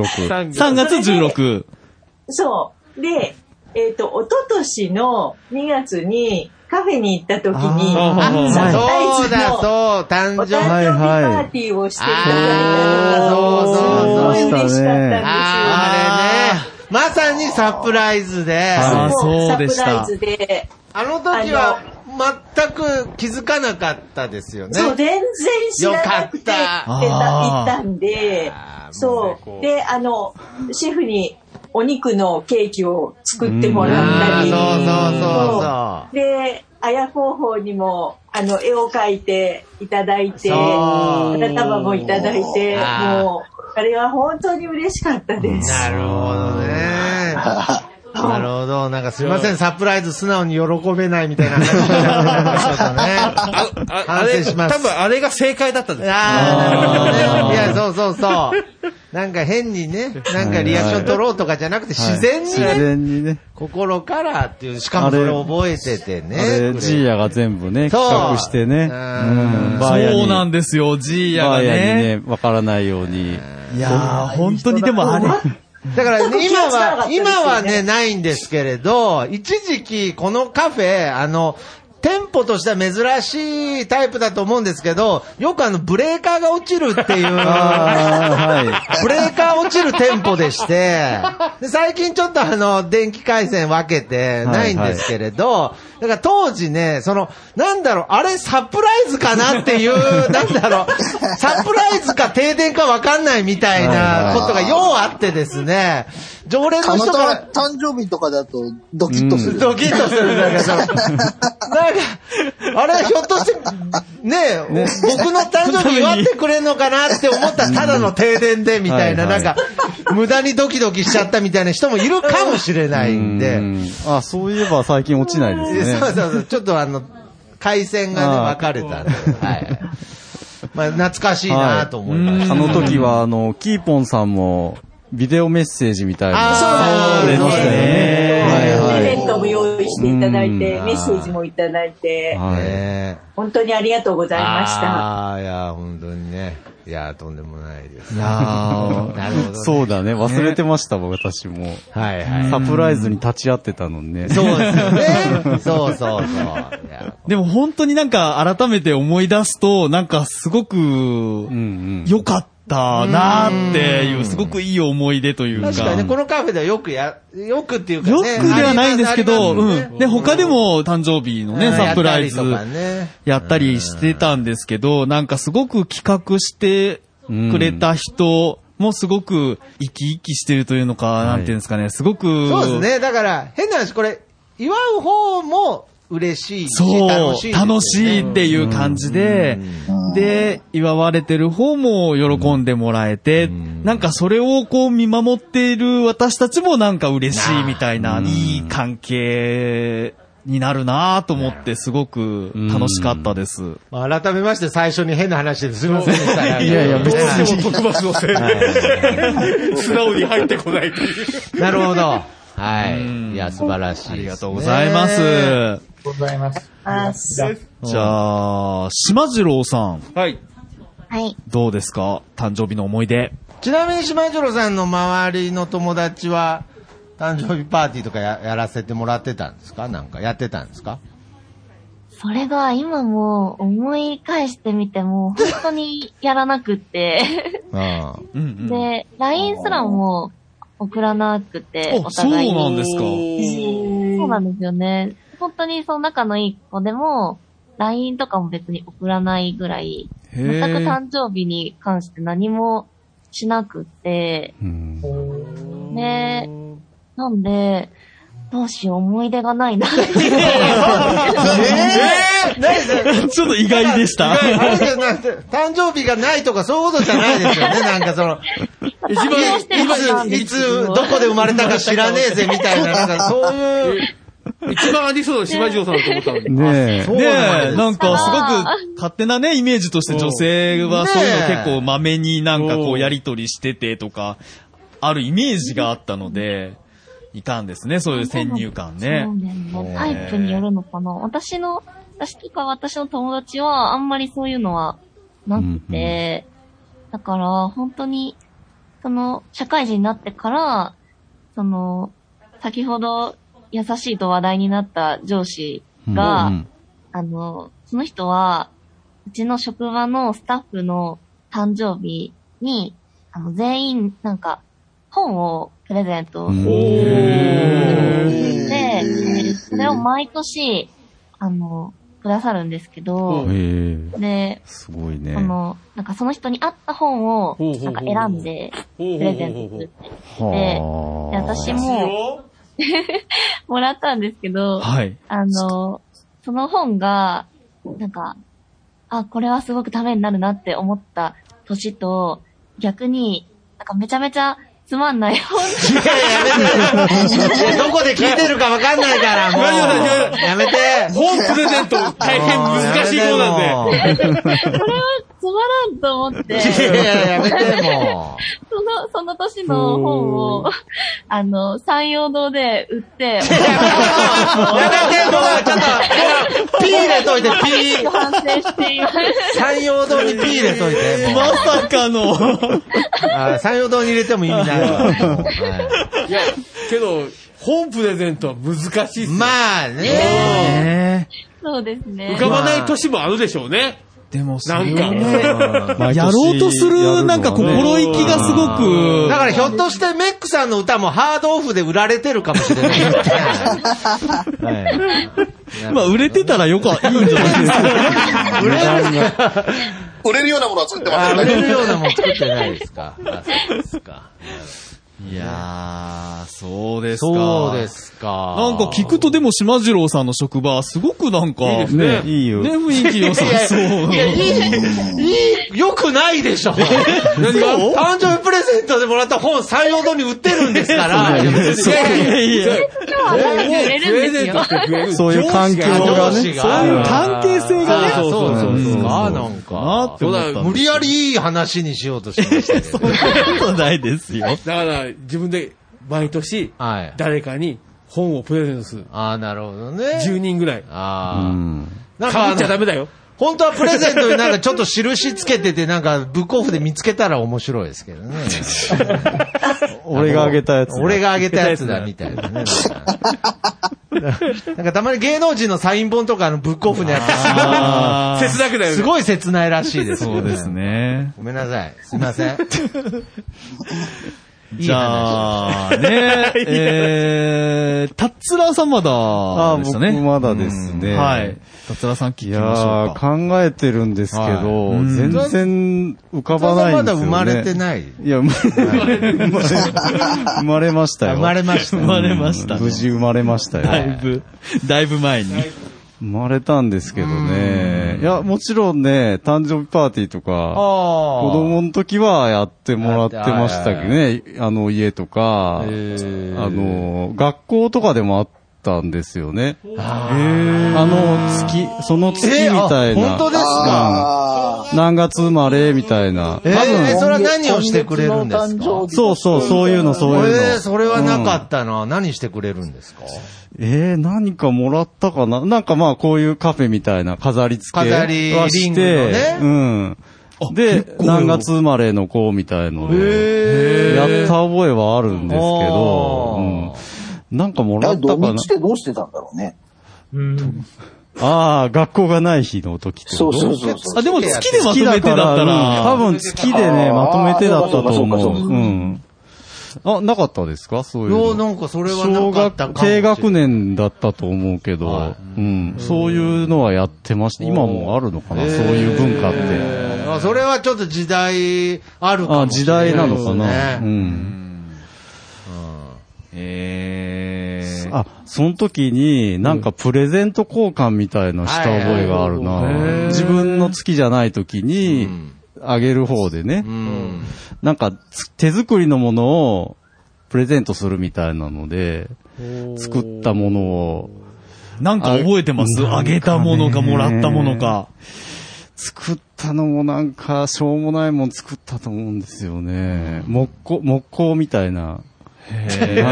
Speaker 10: 3月16。
Speaker 8: そう。で、えっ、と、おととしの2月にカフェに行った時に、
Speaker 3: あ
Speaker 8: サプライ
Speaker 3: そう
Speaker 8: ズの
Speaker 3: だ、そう、誕
Speaker 8: お誕
Speaker 3: 生
Speaker 8: 生
Speaker 3: 日。
Speaker 8: 日パーティーをしていただいた
Speaker 3: そうそうそう。
Speaker 8: すごい嬉しかったんですよ。
Speaker 3: あれね。まさにサプライズで。
Speaker 10: あーそうでし
Speaker 8: サプラ
Speaker 10: た
Speaker 8: イ。ズで、
Speaker 3: あの時は全く気づかなかったですよね。
Speaker 8: そう、全然知らなくて、
Speaker 3: よ
Speaker 8: 行っ
Speaker 3: かった
Speaker 8: て行ったんで、そ
Speaker 3: もう
Speaker 8: う。
Speaker 3: ね
Speaker 8: で、あの、シェフにお肉のケーキを作ってもらったり、
Speaker 3: あ
Speaker 8: で、綾広報にも、あの、絵を描いていただいて、
Speaker 3: そう
Speaker 8: 花束もいただいて、
Speaker 3: あー
Speaker 8: もう、あれは本当に嬉しかったです。
Speaker 3: なるほどね。なるほど。なんかすいません、サプライズ素直に喜べないみたいな話になってましたね。
Speaker 5: ああ
Speaker 3: 反省
Speaker 5: れ、
Speaker 3: します
Speaker 5: 多分あれが正解だったんです。
Speaker 3: ああ、なるほどね。いや、そうそうそう。なんか変にね、なんかリアクション取ろうとかじゃなくて自然に
Speaker 4: はい自
Speaker 3: ね、
Speaker 4: 然にね。
Speaker 3: 心からっていう、しかもそれ覚えてて
Speaker 4: あれ、
Speaker 3: ね。
Speaker 4: ジーヤが全部ね、
Speaker 3: そう
Speaker 4: 企画してね。うんバーヤに
Speaker 10: そうなんですよ、ジーヤ
Speaker 4: バ
Speaker 10: が
Speaker 4: ーヤに
Speaker 10: ね。
Speaker 4: ね、わからないように。
Speaker 10: いやー、本当にでもあれ、
Speaker 3: だから
Speaker 8: ちょっと気
Speaker 3: 今
Speaker 8: がつかなかった
Speaker 3: は、
Speaker 8: ですよね
Speaker 3: 今はね、ないんですけれど、一時期このカフェ、あの、店舗としては珍しいタイプだと思うんですけど、よくあの、ブレーカーが落ちるっ ていう、
Speaker 4: あーはい。
Speaker 3: ブレーカー落ちる店舗でして、で最近ちょっとあの、電気回線分けてないんですけれど、だから当時ね、その、なんだろう、あれサプライズかなっていう、なんだろう、サプライズか停電か分かんないみたいなことがようあってですね、常連
Speaker 7: た
Speaker 3: の
Speaker 7: ま
Speaker 3: 人
Speaker 7: たま
Speaker 3: が、
Speaker 7: 誕生日とかだとドキッとする。
Speaker 3: ドキッとする。なんか その、なんか、あれ、ひょっとして、ねえ、僕の誕生日祝ってくれんのかなって思ったら、ただの停電で、みたいな、
Speaker 4: はいは
Speaker 3: なん
Speaker 4: い
Speaker 3: か、無駄にドキドキしちゃったみたいな人もいるかもしれないん
Speaker 4: う
Speaker 3: で、
Speaker 4: んあ、そういえば最近落ちないですね。
Speaker 3: そうそうそう、ちょっとあの、回線がね、
Speaker 4: ああ
Speaker 3: 分かれたんで、はい。まあ、懐かしいなと思いました。
Speaker 4: あの時は、あの、キーポンさんも、ビデオメッセージみたいな。
Speaker 3: あーそうなん
Speaker 4: くれま
Speaker 3: ですね
Speaker 4: したよね。
Speaker 8: プ
Speaker 4: はいは
Speaker 8: レ
Speaker 4: い。
Speaker 8: ゼントも用意りしていただいて、
Speaker 3: うん
Speaker 8: メッセージもいただいて、
Speaker 3: ね
Speaker 8: 本当にありがとうございました。
Speaker 3: ああ、いや、本当にね。いや、とんでもないです。
Speaker 4: いや
Speaker 3: なるほど、ね。
Speaker 4: そうだね。忘れてました、私も。
Speaker 3: はいはい
Speaker 4: サプライズに立ち会ってたのにね。
Speaker 3: そうで す よね。そうそうそう。
Speaker 10: でも本当になんか改めて思い出すと、なんかすごく良かったなーっていう、すごくいい思い出というか。
Speaker 3: 確かにね、このカフェではよくや、よくっていうかね。
Speaker 10: よくではないんですけど、
Speaker 3: ありますね
Speaker 10: うん。で、他でも誕生日のね、
Speaker 3: うん
Speaker 10: サプライズ
Speaker 3: やったりとかね
Speaker 10: やったりしてたんですけど、なんかすごく企画してくれた人もすごく生き生きしてるというのか、なんていうんですかね、すごく。
Speaker 3: そうですね。だから、変な話、これ、祝う方も嬉しいし、
Speaker 10: そう
Speaker 3: 楽しい、ですよね。
Speaker 10: 楽しいっていう感じで、で、祝われてる方も喜んでもらえて、なんかそれをこう見守っている私たちもなんか嬉しいみたいな、いい関係になるなと思って、すごく楽しかったです。
Speaker 3: まあ改めまして最初に変な話ですみませんでしたね。
Speaker 10: いやいや
Speaker 3: どうしても
Speaker 10: 特別のせい
Speaker 3: で。
Speaker 5: 素直に入ってこないという
Speaker 3: なるほど。はい。いや、素晴らしい。ありがとう
Speaker 10: ございます。
Speaker 9: ございます。
Speaker 10: じゃあ、島次郎さん、
Speaker 5: はい。
Speaker 6: はい。
Speaker 10: どうですか誕生日の思い出。
Speaker 3: ちなみに島次郎さんの周りの友達は、誕生日パーティーとかややらせてもらってたんですかなんかやってたんですか
Speaker 6: それが今もう思い返してみても、本当にやらなくって。
Speaker 3: あ
Speaker 6: で、LINE すらも送らなくて、
Speaker 10: あ
Speaker 6: お互いに。
Speaker 10: そうなんですか
Speaker 6: そうなんですよね。本当にその仲のいい子でも、LINE とかも別に送らないぐらい、
Speaker 10: へ
Speaker 6: 全く
Speaker 10: ー
Speaker 6: 誕生日に関して何もしなくて、ねなんで、どうしよう思い出がないなって いう。
Speaker 3: え何
Speaker 10: ちょっと意外でした
Speaker 3: あれじゃなくて誕生日がないとかそういうことじゃないです よね。なんかその、
Speaker 10: 一番
Speaker 3: いつ、いつ、どこで生まれたか知らねえぜみたいな、なん かそういう。
Speaker 5: 一番ありそうな島次郎さんだと思ったのに。
Speaker 10: ねえ、
Speaker 5: そうなんです
Speaker 10: なんかすごく勝手なね、イメージとして女性はそういうの結構まめになんかこうやりとりしててとか、あるイメージがあったので、いたんですね、そういう先入観ね
Speaker 6: そう。なんだよねタイプによるのかな。私の、私とか私の友達はあんまりそういうのはなくて、だから本当に、その、社会人になってから、その、先ほど優しいと話題になった上司が、
Speaker 13: うん
Speaker 6: あの、その人は、うちの職場のスタッフの誕生日に、あの、全員、なんか、本をプレゼントして、でそれを毎年、あの、くださるんですけど、
Speaker 4: へえ
Speaker 6: で、
Speaker 4: すごい
Speaker 6: そ
Speaker 4: ね。
Speaker 6: の、なんかその人に合った本を、
Speaker 4: うほ
Speaker 6: な
Speaker 4: うんほ
Speaker 6: か
Speaker 4: う
Speaker 6: 選んで、プレゼントするって言って、
Speaker 4: は
Speaker 6: で、私も、 もらったんですけど、
Speaker 10: はい
Speaker 6: あの、その本が、なんか、あ、これはすごくためになるなって思った年と、逆に、なんかめちゃめちゃつまんない 本
Speaker 3: どこで聞いてるかわかんないから、もう。やめて。
Speaker 5: 本プレゼント大変難しい方なんで。
Speaker 6: それはつまらんと思って。
Speaker 5: いやいややめて
Speaker 3: も
Speaker 6: その、その年の本を、 あの、山陽堂で売っ て。
Speaker 3: やめて、僕はちょっと、ピー入れといて、ピー。
Speaker 6: 反省しています。
Speaker 3: 山陽堂にピー入れといて。
Speaker 10: まさかの。
Speaker 3: あ山陽堂に入れても意味ないわ。もうはい
Speaker 5: いや、けど、本プレゼントは難しいっすま
Speaker 3: あね。
Speaker 6: そうですね。
Speaker 5: 浮かばない年もあるでしょうね。
Speaker 10: でも
Speaker 5: なんか。
Speaker 10: やろうとする、なんか心意気がすごく。
Speaker 3: だからひょっとしてメックさんの歌もハードオフで売られてるかもしれない。
Speaker 10: まあ売れてたらよ か、いいんじゃないですか。
Speaker 3: 売れ
Speaker 10: る
Speaker 12: 売れるようなものは作ってませ
Speaker 3: あ
Speaker 12: ん
Speaker 3: 売れるようなもん作ってないですか。あそうですか。
Speaker 10: いやー、そうですか。
Speaker 3: そうですか。
Speaker 10: なんか聞くとでも島次郎さんの職場、すごくなんか、
Speaker 3: いいですねねいいよ
Speaker 10: ね、雰囲気良さそう。
Speaker 3: いや、いい、いい、よくないでしょ。何が誕生日プレゼントでもらった本、採用堂に売ってるんですから。
Speaker 10: いやそういやいや
Speaker 6: 今日は何売れるんですよ。
Speaker 4: そういう環境がね。
Speaker 3: 上司が
Speaker 4: そういう
Speaker 3: 関
Speaker 10: 係性
Speaker 3: がね
Speaker 4: そうそうそうそう。
Speaker 3: あなんか。
Speaker 4: って思ったんですけど
Speaker 3: 無理やりいい話にしようとしてました けど。
Speaker 10: ことないですよ。
Speaker 5: だから、自分で毎年、誰かに本をプレゼントする。
Speaker 3: ああ、なるほどね。
Speaker 5: 10人ぐらい。
Speaker 3: あ
Speaker 5: あ。かっちゃダメだよ。
Speaker 3: 本当はプレゼントになんかちょっと印つけてて、なんかブックオフで見つけたら面白いですけどね。
Speaker 4: 俺があげたやつ。
Speaker 3: 俺があげたやつだ、みたいなね。なんかたまに芸能人のサイン本とかのブックオフのや
Speaker 5: あー
Speaker 3: つ。
Speaker 5: 切なくなる
Speaker 3: すごい 切ないらしいです。
Speaker 10: そうです。 ね。
Speaker 3: ごめんなさい。すいません。
Speaker 10: じゃあ、ね
Speaker 3: いい話
Speaker 10: えー、タッツラーさんまだですね。
Speaker 4: あー僕まだですね
Speaker 10: うんはい。タッツラーさん聞き
Speaker 4: い
Speaker 10: ましょう
Speaker 4: や
Speaker 10: か。
Speaker 4: ー、考えてるんですけど、
Speaker 10: はいうん
Speaker 4: 全然浮かばないんですよ、ね。
Speaker 3: まだ生まれてない
Speaker 4: いや、生まれ生まれ生まれましたよ。
Speaker 10: 生まれました生まれました
Speaker 4: うん無事生まれましたよ。
Speaker 10: だいぶ、だいぶ前に。
Speaker 4: 生まれたんですけどね。いや、もちろんね、誕生日パーティーとか、
Speaker 3: あー
Speaker 4: 子供の時はやってもらってましたけどね、あの家とか、あの、学校とかでもあったんですよね。あの月、その月みたいな。
Speaker 3: えーあ本当ですか
Speaker 4: うん何月生まれみたいな。
Speaker 3: えー
Speaker 4: 多分
Speaker 3: えーそれは何をしてくれるんですか
Speaker 4: そうそう、そういうの、そういうの。
Speaker 3: えーそれはなかったな。何してくれるんですか
Speaker 4: えー、何かもらったかななんかまあこういうカフェみたいな飾り付け
Speaker 3: 飾り
Speaker 4: は
Speaker 3: リン
Speaker 4: し
Speaker 3: グの
Speaker 4: て、
Speaker 3: ね
Speaker 4: うん。で、何月生まれの子みたいので、やった覚えはあるんですけど、うん、なんかもら
Speaker 7: あ
Speaker 4: っ
Speaker 7: れ
Speaker 4: た
Speaker 7: 土
Speaker 4: かな
Speaker 7: 日ってどうしてたんだろうね。
Speaker 4: ああ、学校がない日の時ってこと
Speaker 7: そうそうそうそう
Speaker 10: あでも月でまとめてだったら
Speaker 4: うん多分月でね、
Speaker 10: あー
Speaker 4: まとめてだったと
Speaker 10: そうかそうか
Speaker 4: 思
Speaker 10: そう
Speaker 4: う。
Speaker 10: か
Speaker 4: うん。あ、なかったですかそういうの。
Speaker 3: いやなんかそれはなかったかもしれ
Speaker 4: 低
Speaker 3: ない
Speaker 4: 学年だったと思うけど、うん。そういうのはやってました。今もあるのかな、そういう文化って。
Speaker 3: あそれはちょっと時代あるか
Speaker 4: あ、
Speaker 3: もし
Speaker 4: 時
Speaker 3: れない
Speaker 4: 代
Speaker 3: で
Speaker 4: な
Speaker 3: すね。
Speaker 4: のかな。うん。
Speaker 11: え
Speaker 4: あ、その時に、なんかプレゼント交換みたいのした覚えがあるな。自分の月じゃない時に、あげる方でね。なんか、つ手作りのものをプレゼントするみたいなので、作ったものを。
Speaker 10: なんか覚えてます
Speaker 4: なんか
Speaker 10: あ
Speaker 4: ね
Speaker 10: げたものかもらったものか。
Speaker 4: 作ったのもなんか、しょうもないもん作ったと思うんですよね。木工、木工みたいな。な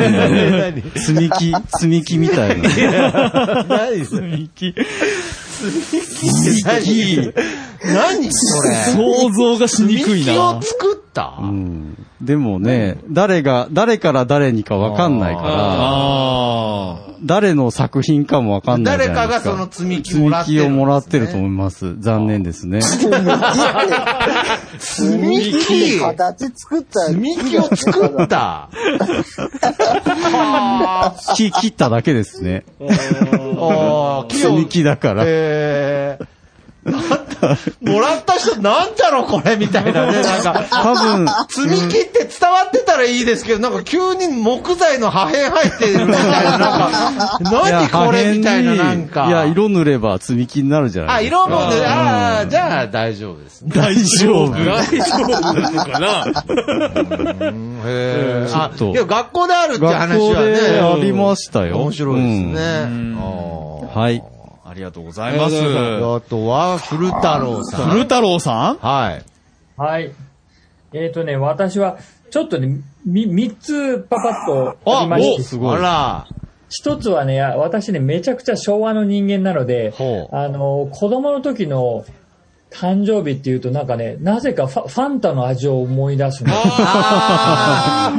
Speaker 4: んだろう 積み木、積み木みたい
Speaker 3: いや
Speaker 4: な。
Speaker 3: 何それ
Speaker 10: 積み木。
Speaker 3: 積み木何それ
Speaker 10: 想像がしにくいな
Speaker 3: 積み木を作った
Speaker 4: うんでもね、誰が、誰から誰にかわかんないから、誰の作品かもわかんないじゃないですか。
Speaker 3: 誰かがその積み木もらってるん
Speaker 4: 積
Speaker 3: ですね
Speaker 4: み木をもらってると思います。残念です ね。
Speaker 7: 積み木形作ったやつ。積み
Speaker 3: 木を作った。
Speaker 4: 木切っただけですね。
Speaker 3: あー木
Speaker 4: 積
Speaker 3: を
Speaker 4: み木だから。
Speaker 3: えーもらった人なんだろうこれみたいなね。なんか、
Speaker 4: 多分
Speaker 3: 積み木って伝わってたらいいですけど、なんか急に木材の破片入ってるみたいな、なんか、
Speaker 4: いや
Speaker 3: 何これみたいな、
Speaker 4: 破
Speaker 3: な
Speaker 4: 片に
Speaker 3: んか。
Speaker 4: いや、色塗れば積み木になるじゃな
Speaker 3: あ、
Speaker 4: いですか。
Speaker 3: 色もね、ああ、じゃあ大丈夫です ね。
Speaker 4: 大丈夫
Speaker 5: 大丈夫なのかな
Speaker 3: へー
Speaker 4: ちょっと
Speaker 3: あいや、学校であるって話
Speaker 4: 学校
Speaker 3: はね。
Speaker 4: でありましたよ。
Speaker 3: 面白いです
Speaker 4: う
Speaker 3: ね。
Speaker 4: ん。はい。
Speaker 10: ありがとうご
Speaker 3: あ
Speaker 10: ざいます。
Speaker 3: あとは、古太郎さん。
Speaker 10: 古太郎さん
Speaker 3: はい。
Speaker 9: はい。えっ、とね、私は、ちょっとね、み、三つパパッとありまして。
Speaker 3: おすごいあら。
Speaker 9: 一つはね、あ私ね、めちゃくちゃ昭和の人間なので、あの、子供の時の誕生日っていうとなんかね、なぜかファファンタの味を思い出すの。
Speaker 3: あ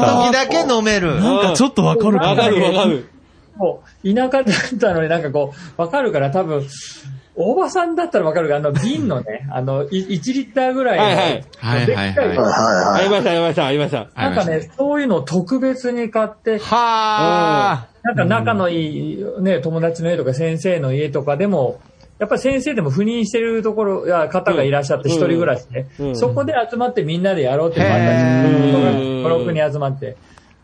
Speaker 3: その時だけ飲める。
Speaker 9: なんかちょっとわかるかも
Speaker 5: わかるわかる。
Speaker 9: もう、田舎だったのになんかこう、わかるから多分、おばさんだったらわかるから、あの瓶の ね、あの、い1リッターぐら
Speaker 5: はいはいい
Speaker 9: の。
Speaker 5: はいはい
Speaker 9: はい
Speaker 5: はい。ありました、ありました、ありました。
Speaker 9: なんかね、そういうのを特別に買って、
Speaker 3: は
Speaker 9: なんか仲のいい、ね、友達の家とか先生の家とかでも、やっぱり先生でも赴任してるところや方がいらっしゃって、
Speaker 5: うん
Speaker 9: 一人暮らしで、
Speaker 5: うん
Speaker 9: そこで集まってみんなでやろうってなったんです5、6人集まって。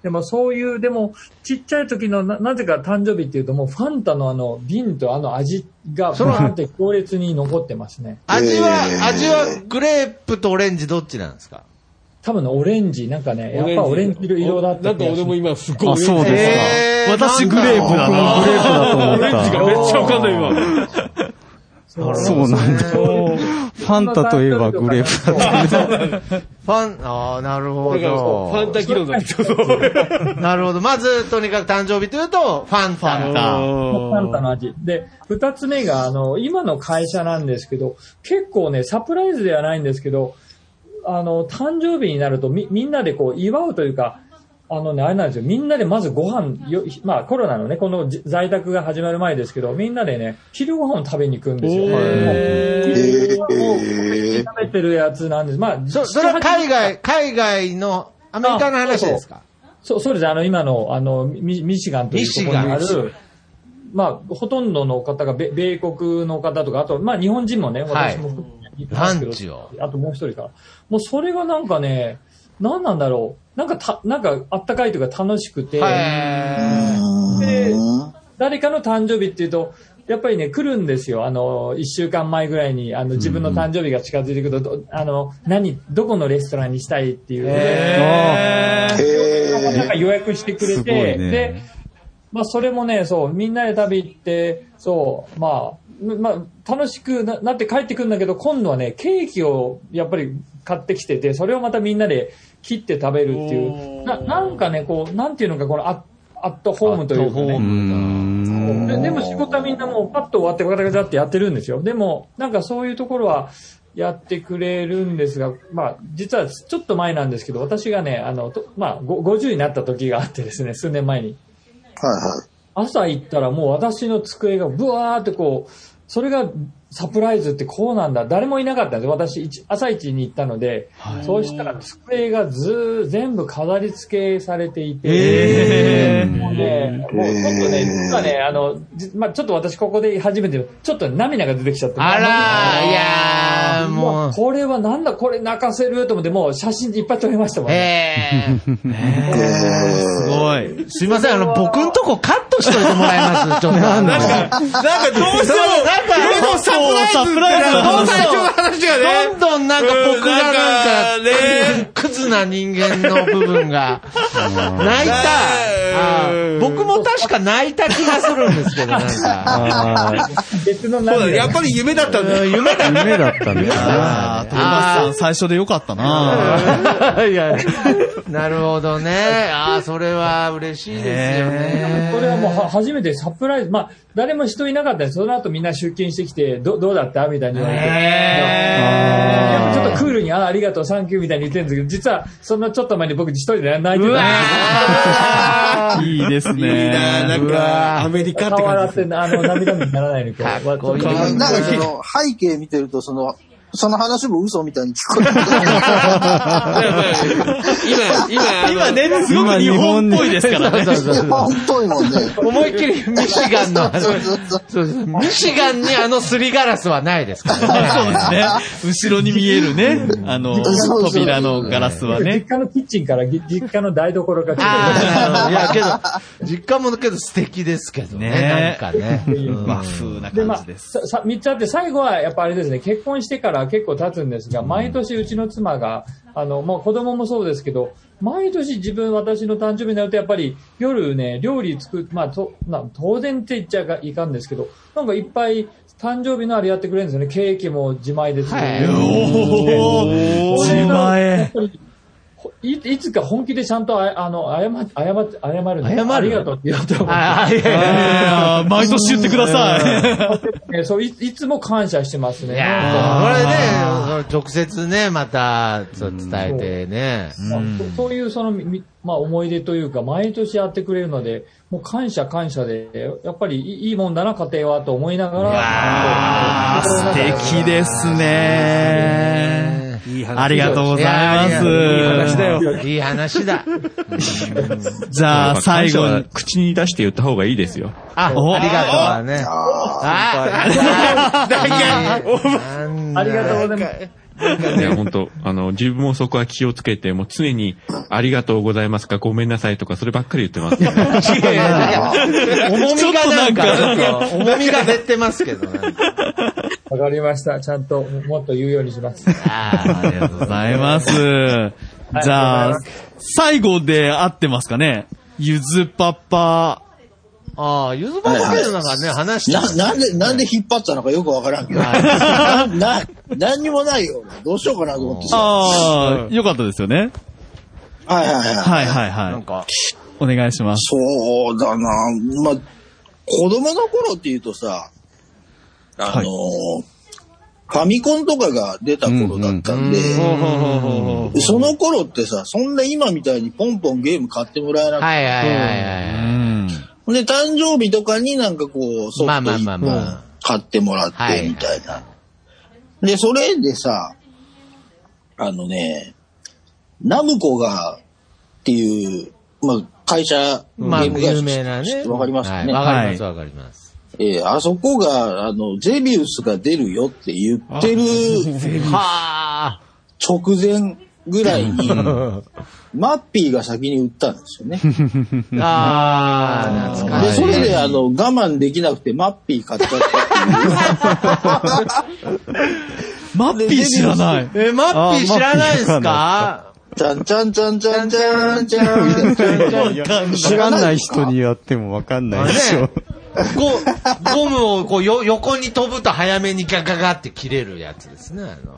Speaker 9: でもそういう、でも、ちっちゃい時のな、なぜか誕生日っていうと、もうファンタのあの、瓶とあの味が、バーンって強烈に残ってますね。
Speaker 3: 味は、味はグレープとオレンジどっちなんですか
Speaker 9: 多分ねオレンジ、なんかね、やっぱオレンジ色だった
Speaker 5: なんか俺も今す
Speaker 9: い
Speaker 5: ごい。
Speaker 9: あそうですか
Speaker 5: えー
Speaker 9: 私グレープだな
Speaker 5: なん
Speaker 9: 僕もグレープだと思った
Speaker 5: オレンジがめっちゃわかんない今。
Speaker 4: そうなんだ。ファンタといえばグレープだったけど。
Speaker 3: ファン、ああ、なるほ
Speaker 5: だから
Speaker 3: ど。
Speaker 5: ファンタ議論だってこと
Speaker 3: なるほど。まず、とにかく誕生日というと、ファンタ。フ
Speaker 9: パンタの味。で、二つ目が、あの、今の会社なんですけど、結構ね、サプライズではないんですけど、あの、誕生日になるとみ、みんなでこう、祝うというか、あのね、あれなんですよ。みんなでまずご飯よ、まあコロナのね、このじ在宅が始まる前ですけど、みんなでね、昼ご飯を食べに行くんですよ。もう昼ご飯を食べてるやつなんです。まあ、
Speaker 3: そそれは海外、海外の、アメリカの話ですか
Speaker 9: そう、そうです。あの、今の、あの、ミミシガンというところにあ
Speaker 3: ミシガン
Speaker 9: る、まあ、ほとんどの方が米、米国の方とか、あと、まあ、日本人もね、
Speaker 3: はい
Speaker 9: 私も含めていますけど
Speaker 3: ランチを
Speaker 9: あともう一人から。もう、それがなんかね、何なんだろう。なんかた、なんか、あったかいというか楽しくて、で、誰かの誕生日っていうと、やっぱりね、来るんですよ。あの、一週間前ぐらいに、あの、自分の誕生日が近づいてくると、どあの、何、どこのレストランにしたいっていう。なんか予約してくれ
Speaker 10: す
Speaker 9: て、
Speaker 10: ごいね
Speaker 9: で、まあそれもね、そう、みんなで旅行って、そう、まあ、むまあ、楽しくななって帰ってくるんだけど、今度はね、ケーキをやっぱり買ってきてて、それをまたみんなで切って食べるっていう、ななんかね、こう、なんていうのか、このアアットホームというかね。ででも仕事はみんなもうパッと終わってガタガタってやってるんですよ。でも、なんかそういうところはやってくれるんですが、まあ、実はちょっと前なんですけど、私がね、あの、とまあ、ご50になった時があってですね、数年前に。朝行ったらもう私の机がブワーってこう、それがサプライズってこうなんだ。誰もいなかったんです。私、一朝一に行ったので、そうしたら机がずー全部飾り付けされていて、もうね、もうちょっとね、実はね、あの、じまあちょっと私ここで初めて、ちょっと涙が出てきちゃって。
Speaker 3: あらーいやーもう
Speaker 9: もう。これはなんだ、これ泣かせると思って、もう写真いっぱい撮りましたもん ね。
Speaker 3: すごい。すいません、あの、僕んとこカットしといてもらいます、ちょっと。なん
Speaker 5: だなんかなんかどうしても
Speaker 3: なんか、
Speaker 5: 上のサプライズどう最初の話がね
Speaker 3: どんどんなんか僕がなんか、クズな人間の部分が、泣いたあー。僕も確か泣いた気がするんですけど、なんか。
Speaker 9: 別の
Speaker 5: そうだねやっぱり夢だったんだよ。
Speaker 3: 夢だった。
Speaker 4: 夢だったんだよ
Speaker 10: あー、トーマスさん最初でよかったな。
Speaker 3: いや、なるほどね。ああ、それは嬉しいですよね。
Speaker 9: これはもうは初めてサプライズ、まあ、誰も人いなかったんです。その後みんな出勤してきて、どどうだったみたいに言われて。やっぱちょっとクールに、ああ、ありがとう、サンキューみたいに言ってるんですけど、実は、そのちょっと前に僕一人で泣いてたんですよ。
Speaker 10: いいですね。いいな、なんか、アメリカって感じ。
Speaker 9: あの、涙にならないの今日は。
Speaker 7: なんかその背景見てると、その、その話も嘘みたいに聞こえる。
Speaker 5: 今、今、
Speaker 10: 今ね、すごく日本っぽいですからね。
Speaker 3: そうそうそう
Speaker 7: 本当にもんね。
Speaker 3: 思いっきりミシガンの、ミシガンにあのすりガラスはないですからね。
Speaker 10: そうですね。後ろに見えるね、あ の、扉のガラスは
Speaker 9: 実
Speaker 10: ね。
Speaker 9: 家のキッチンからぎ実家の台所が来て
Speaker 3: あーいや、けど、実家もけど素敵ですけどね。
Speaker 10: ね
Speaker 3: なんかね。
Speaker 10: 和風な
Speaker 9: で、ま
Speaker 10: 感
Speaker 9: あ
Speaker 10: じです。、
Speaker 9: ささ三つあって、最後はやっぱあれですね、結婚してから結構経つんですが、毎年うちの妻が、あの、もう子供もそうですけど、毎年自分、私の誕生日になると、やっぱり夜ね、料理作っまあ、とまあ当然って言っちゃいかいかんですけど、なんかいっぱい誕生日のあれやってくれるんですよね、ケーキも自前で作る。
Speaker 10: おー、自前。
Speaker 9: いいつか本気でちゃんとあ、あの、謝、謝、謝るね。
Speaker 3: 謝る
Speaker 9: ありがとうって言おうと思う
Speaker 3: あーいやいや
Speaker 10: あー毎年言ってください。
Speaker 9: えー そうい、いつも感謝してますね。
Speaker 3: いやーこれね、直接ね、また、そう伝えてね。
Speaker 9: なんかそうそういうその、みまあ、思い出というか、毎年やってくれるので、もう感謝感謝で、やっぱりいいいいもんだな、家庭は、と思いながら。
Speaker 10: あー素敵ですね。
Speaker 5: いい話
Speaker 10: ありがとうございます。
Speaker 3: いい話だ。
Speaker 10: じゃあ、最後に。
Speaker 11: 口に出して言った方がいいですよ。
Speaker 3: あ、ありがとう
Speaker 10: お
Speaker 3: はね。あ
Speaker 9: ありがとうございます。
Speaker 11: いや、本当あの、自分もそこは気をつけて、もう常に、ありがとうございますか、ごめんなさいとか、そればっかり言ってます、ね。
Speaker 3: いやいやいや重みがなんか、
Speaker 10: ちょっとなんか
Speaker 3: 重みが減ってますけどね。
Speaker 9: わかりました。ちゃんと、もっと言うようにします。
Speaker 3: あ
Speaker 10: ありがとうございます。じゃあ、最後で合ってますかねゆずパパ、
Speaker 3: ああ、ゆずばばけの中ね、話して
Speaker 7: な、なんで、なんで引っ張ったのかよくわからんけど。な、なんにもないよ。どうしようかなと思ってさ。
Speaker 10: ああ、よかったですよね。
Speaker 7: はい
Speaker 10: は
Speaker 7: はいはい。
Speaker 10: いはいはい。なん
Speaker 3: か、
Speaker 10: お願いします。
Speaker 7: そうだな。まあ、子供の頃って言うとさ、あのーファミコンとかが出た頃だったんで、でその頃ってさ、そんな今みたいにポンポンゲーム買ってもらえなくて、
Speaker 3: はいはいはい
Speaker 7: で、誕生日とかになんかこう、ソ
Speaker 3: まあ
Speaker 7: フ
Speaker 3: まあまあまあ
Speaker 7: ト買ってもらって、みたいな。で、それでさ、あのね、ナムコが、っていう、まあ、会社、
Speaker 3: まあ、
Speaker 7: ゲーム会社
Speaker 3: 有名なね。
Speaker 7: わかりますかね
Speaker 3: はいわかります、わかります。
Speaker 7: えーあそこが、あの、ゼビウスが出るよって言ってる、
Speaker 3: は
Speaker 7: 直前ぐらい に、マッピーが先に売ったんです よね。
Speaker 3: ああ、懐
Speaker 7: で、
Speaker 3: かしい。
Speaker 7: それで、 あの、我慢できなくてマッピー買っちゃったっていう。。
Speaker 10: マッピー知らない
Speaker 3: え、マッピー知らないですか
Speaker 7: ちゃんちゃんちゃんちゃんちゃんちゃんちゃん。
Speaker 4: 知らない人にやってもわかんないでしょ。
Speaker 3: ゴゴムをこうよ横に飛ぶと早めにガガガって切れるやつですね。あの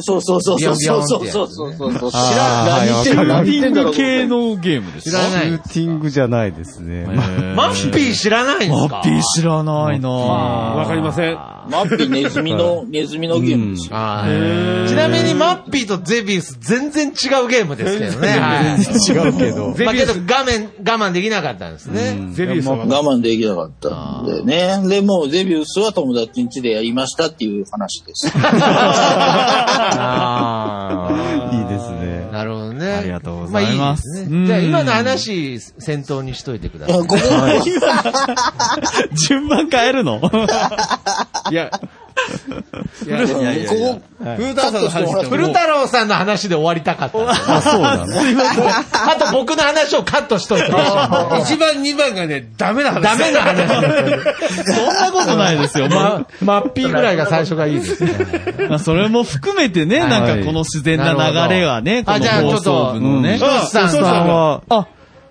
Speaker 7: そうそうそうそうそうそう そうそうそう。知らん。何言ってる何言ってんだろう。
Speaker 10: 系のゲームです
Speaker 3: 知らな
Speaker 4: シ
Speaker 3: い
Speaker 4: ューティングじゃないですね。
Speaker 3: マッピー知らないんですか
Speaker 10: マッピー知らないな
Speaker 5: わかりません。
Speaker 7: マッピーネズミ の、ネズミのゲームですよ。
Speaker 3: あーちなみにマッピーとゼビウス全然違うゲームですけどね。はい
Speaker 4: 全然違うけど。
Speaker 3: まあけど我慢、我慢できなかったんですね。
Speaker 5: ゼビウスは
Speaker 7: 我慢できなかったんでね。で、もうゼビウスは友達ん家でやりましたっていう話です。
Speaker 3: あ
Speaker 4: いいですね
Speaker 3: あ。。なるほどね。
Speaker 10: ありがとうございます
Speaker 3: あいいで
Speaker 10: う
Speaker 3: す
Speaker 10: ん
Speaker 3: ね、じゃあ今の話先頭にしといてください。
Speaker 7: ごめん
Speaker 10: 順番変えるの
Speaker 5: いや、
Speaker 10: いやいやいやいや
Speaker 7: ここ、
Speaker 5: 古田さんの話
Speaker 7: カットしても
Speaker 5: っ
Speaker 7: らっ
Speaker 5: てて
Speaker 3: 古太郎さんの話で終わりたかったん ですよ。
Speaker 4: あ、そうだね。
Speaker 3: あと僕の話をカットしといてほしい。
Speaker 5: 1番、2番がね、ダメな話。
Speaker 3: ダメな話なんですよね。
Speaker 10: そんなことないですよ。ま
Speaker 3: ま、マッピーぐらいが最初がいいですね。
Speaker 10: あ、 まあ、それも含めてね、
Speaker 4: はい
Speaker 10: なんかこの自然な流れはね、こ
Speaker 3: なる
Speaker 10: の放
Speaker 3: ほどあじゃあちょっと
Speaker 10: 送部のね。
Speaker 3: トシさん
Speaker 4: さんは、
Speaker 10: あ、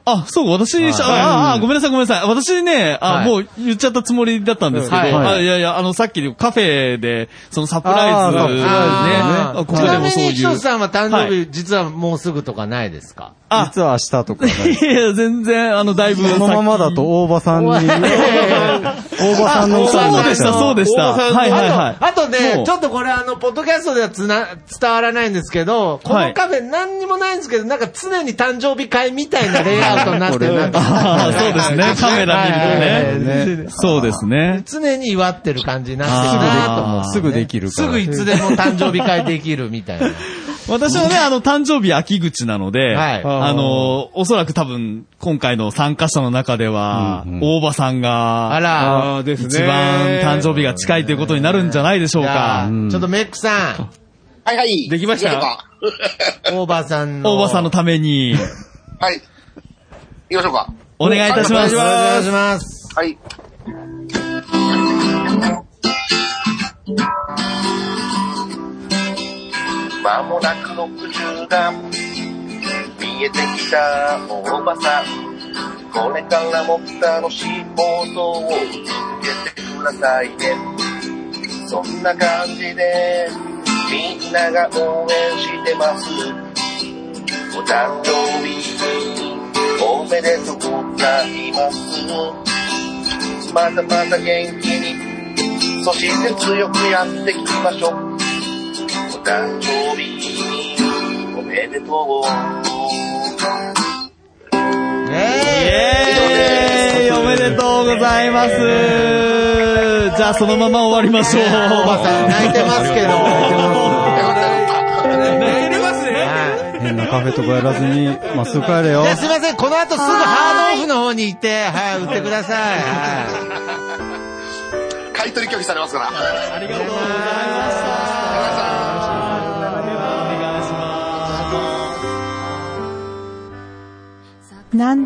Speaker 10: あ、そう、私、ああ、ごめんなさい、ごめんなさい。私ね、あ、
Speaker 3: はい
Speaker 10: もう言っちゃったつもりだったんですけど、
Speaker 3: うん
Speaker 4: はい
Speaker 10: あいやいや、あの、さっきカフェで、そのサプライズ
Speaker 4: あー
Speaker 10: ね、
Speaker 3: あー
Speaker 10: あここ
Speaker 3: ち
Speaker 10: で
Speaker 3: なみ
Speaker 10: もそう
Speaker 3: に、ひ
Speaker 10: い
Speaker 3: と
Speaker 10: う。
Speaker 3: さんは誕生
Speaker 10: は
Speaker 3: 日、実はもうすぐとかないですか
Speaker 10: あ
Speaker 4: 実は明日とかない。
Speaker 10: いやいや、全然、あの、だいぶ先。
Speaker 4: このままだと大場さんに、
Speaker 3: おい
Speaker 4: 大場さんの
Speaker 10: あ
Speaker 4: 歌
Speaker 10: そうでした、そうでした。
Speaker 5: 大場さんの
Speaker 10: はいはいはい。
Speaker 3: あとね
Speaker 10: も、う
Speaker 3: ちょっとこれあの、ポッドキャストではつな、伝わらないんですけど、こ
Speaker 10: は
Speaker 3: の
Speaker 10: い
Speaker 3: カフェ何にもないんですけど、なんか常に誕生日会みたいなレイアウトになってるなと
Speaker 10: あーそうですね、カ
Speaker 4: はい
Speaker 10: メラ見る
Speaker 4: はい
Speaker 10: とね。そうですね。
Speaker 3: 常に祝ってる感じになってるなと思って
Speaker 4: すぐできるか
Speaker 3: す
Speaker 4: ら。
Speaker 3: ぐいつでも誕生日会できるみたいな。
Speaker 10: 私はね、あの、誕生日秋口なので、
Speaker 3: はい
Speaker 10: あの、おそらく多分、今回の参加者の中では、
Speaker 4: うんうん
Speaker 10: 大場さんが、
Speaker 3: あら
Speaker 5: あーですね
Speaker 10: 一番誕生日が近いということになるんじゃないでしょう
Speaker 3: じゃあ
Speaker 10: か。
Speaker 4: ん
Speaker 3: ちょっとメックさん、
Speaker 12: はいはい。
Speaker 5: できました
Speaker 12: いいでしょうか
Speaker 3: 大場さんの。
Speaker 10: 大場さんのため に、
Speaker 12: はい。行きましょうか。
Speaker 10: お願いいたし
Speaker 3: お願
Speaker 10: ま
Speaker 3: い
Speaker 10: す。
Speaker 3: します。お願いします。
Speaker 12: はい。間もなく60が見えてきたおばさんこれからも楽しい放送を続けてくださいねそんな感じでみんなが応援してますお誕生日おめでとうございますまだまだ元気にそして強くやっていきましょうお誕生日おめでとう。
Speaker 10: イェーイおめでとうございます。じゃあ、そのまま終わりましょう。
Speaker 3: 大場さん泣いてますけ
Speaker 5: 泣
Speaker 3: ど。
Speaker 5: いてますね。
Speaker 4: 変なカフェとかやらず に、まっすぐ帰れよ
Speaker 3: じゃ。あすいません、この後すぐハードオフの方に行って、はい、売ってください。はい
Speaker 12: 買い取り拒否されますから。
Speaker 10: ありがとうございました。お願いします。
Speaker 13: なん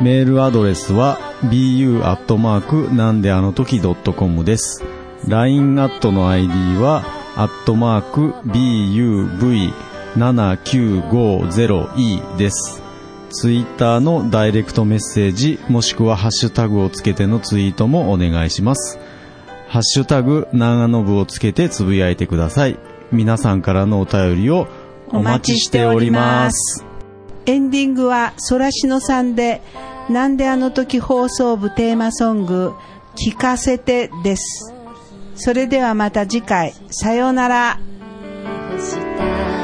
Speaker 4: メールアドレスは bu アットマークなんであの時ドットコムです。LINE アットの ID はアットマーク buv7950e です。ツイッターのダイレクトメッセージもしくはハッシュタグをつけてのツイートもお願いします。ハッシュタグ長野部をつけてつぶやいてください。皆さんからのお便りをお待ちしております。
Speaker 13: エンディングはソラシノさんで、なんであの時放送部テーマソング、聞かせてです。それではまた次回、さようなら。
Speaker 14: した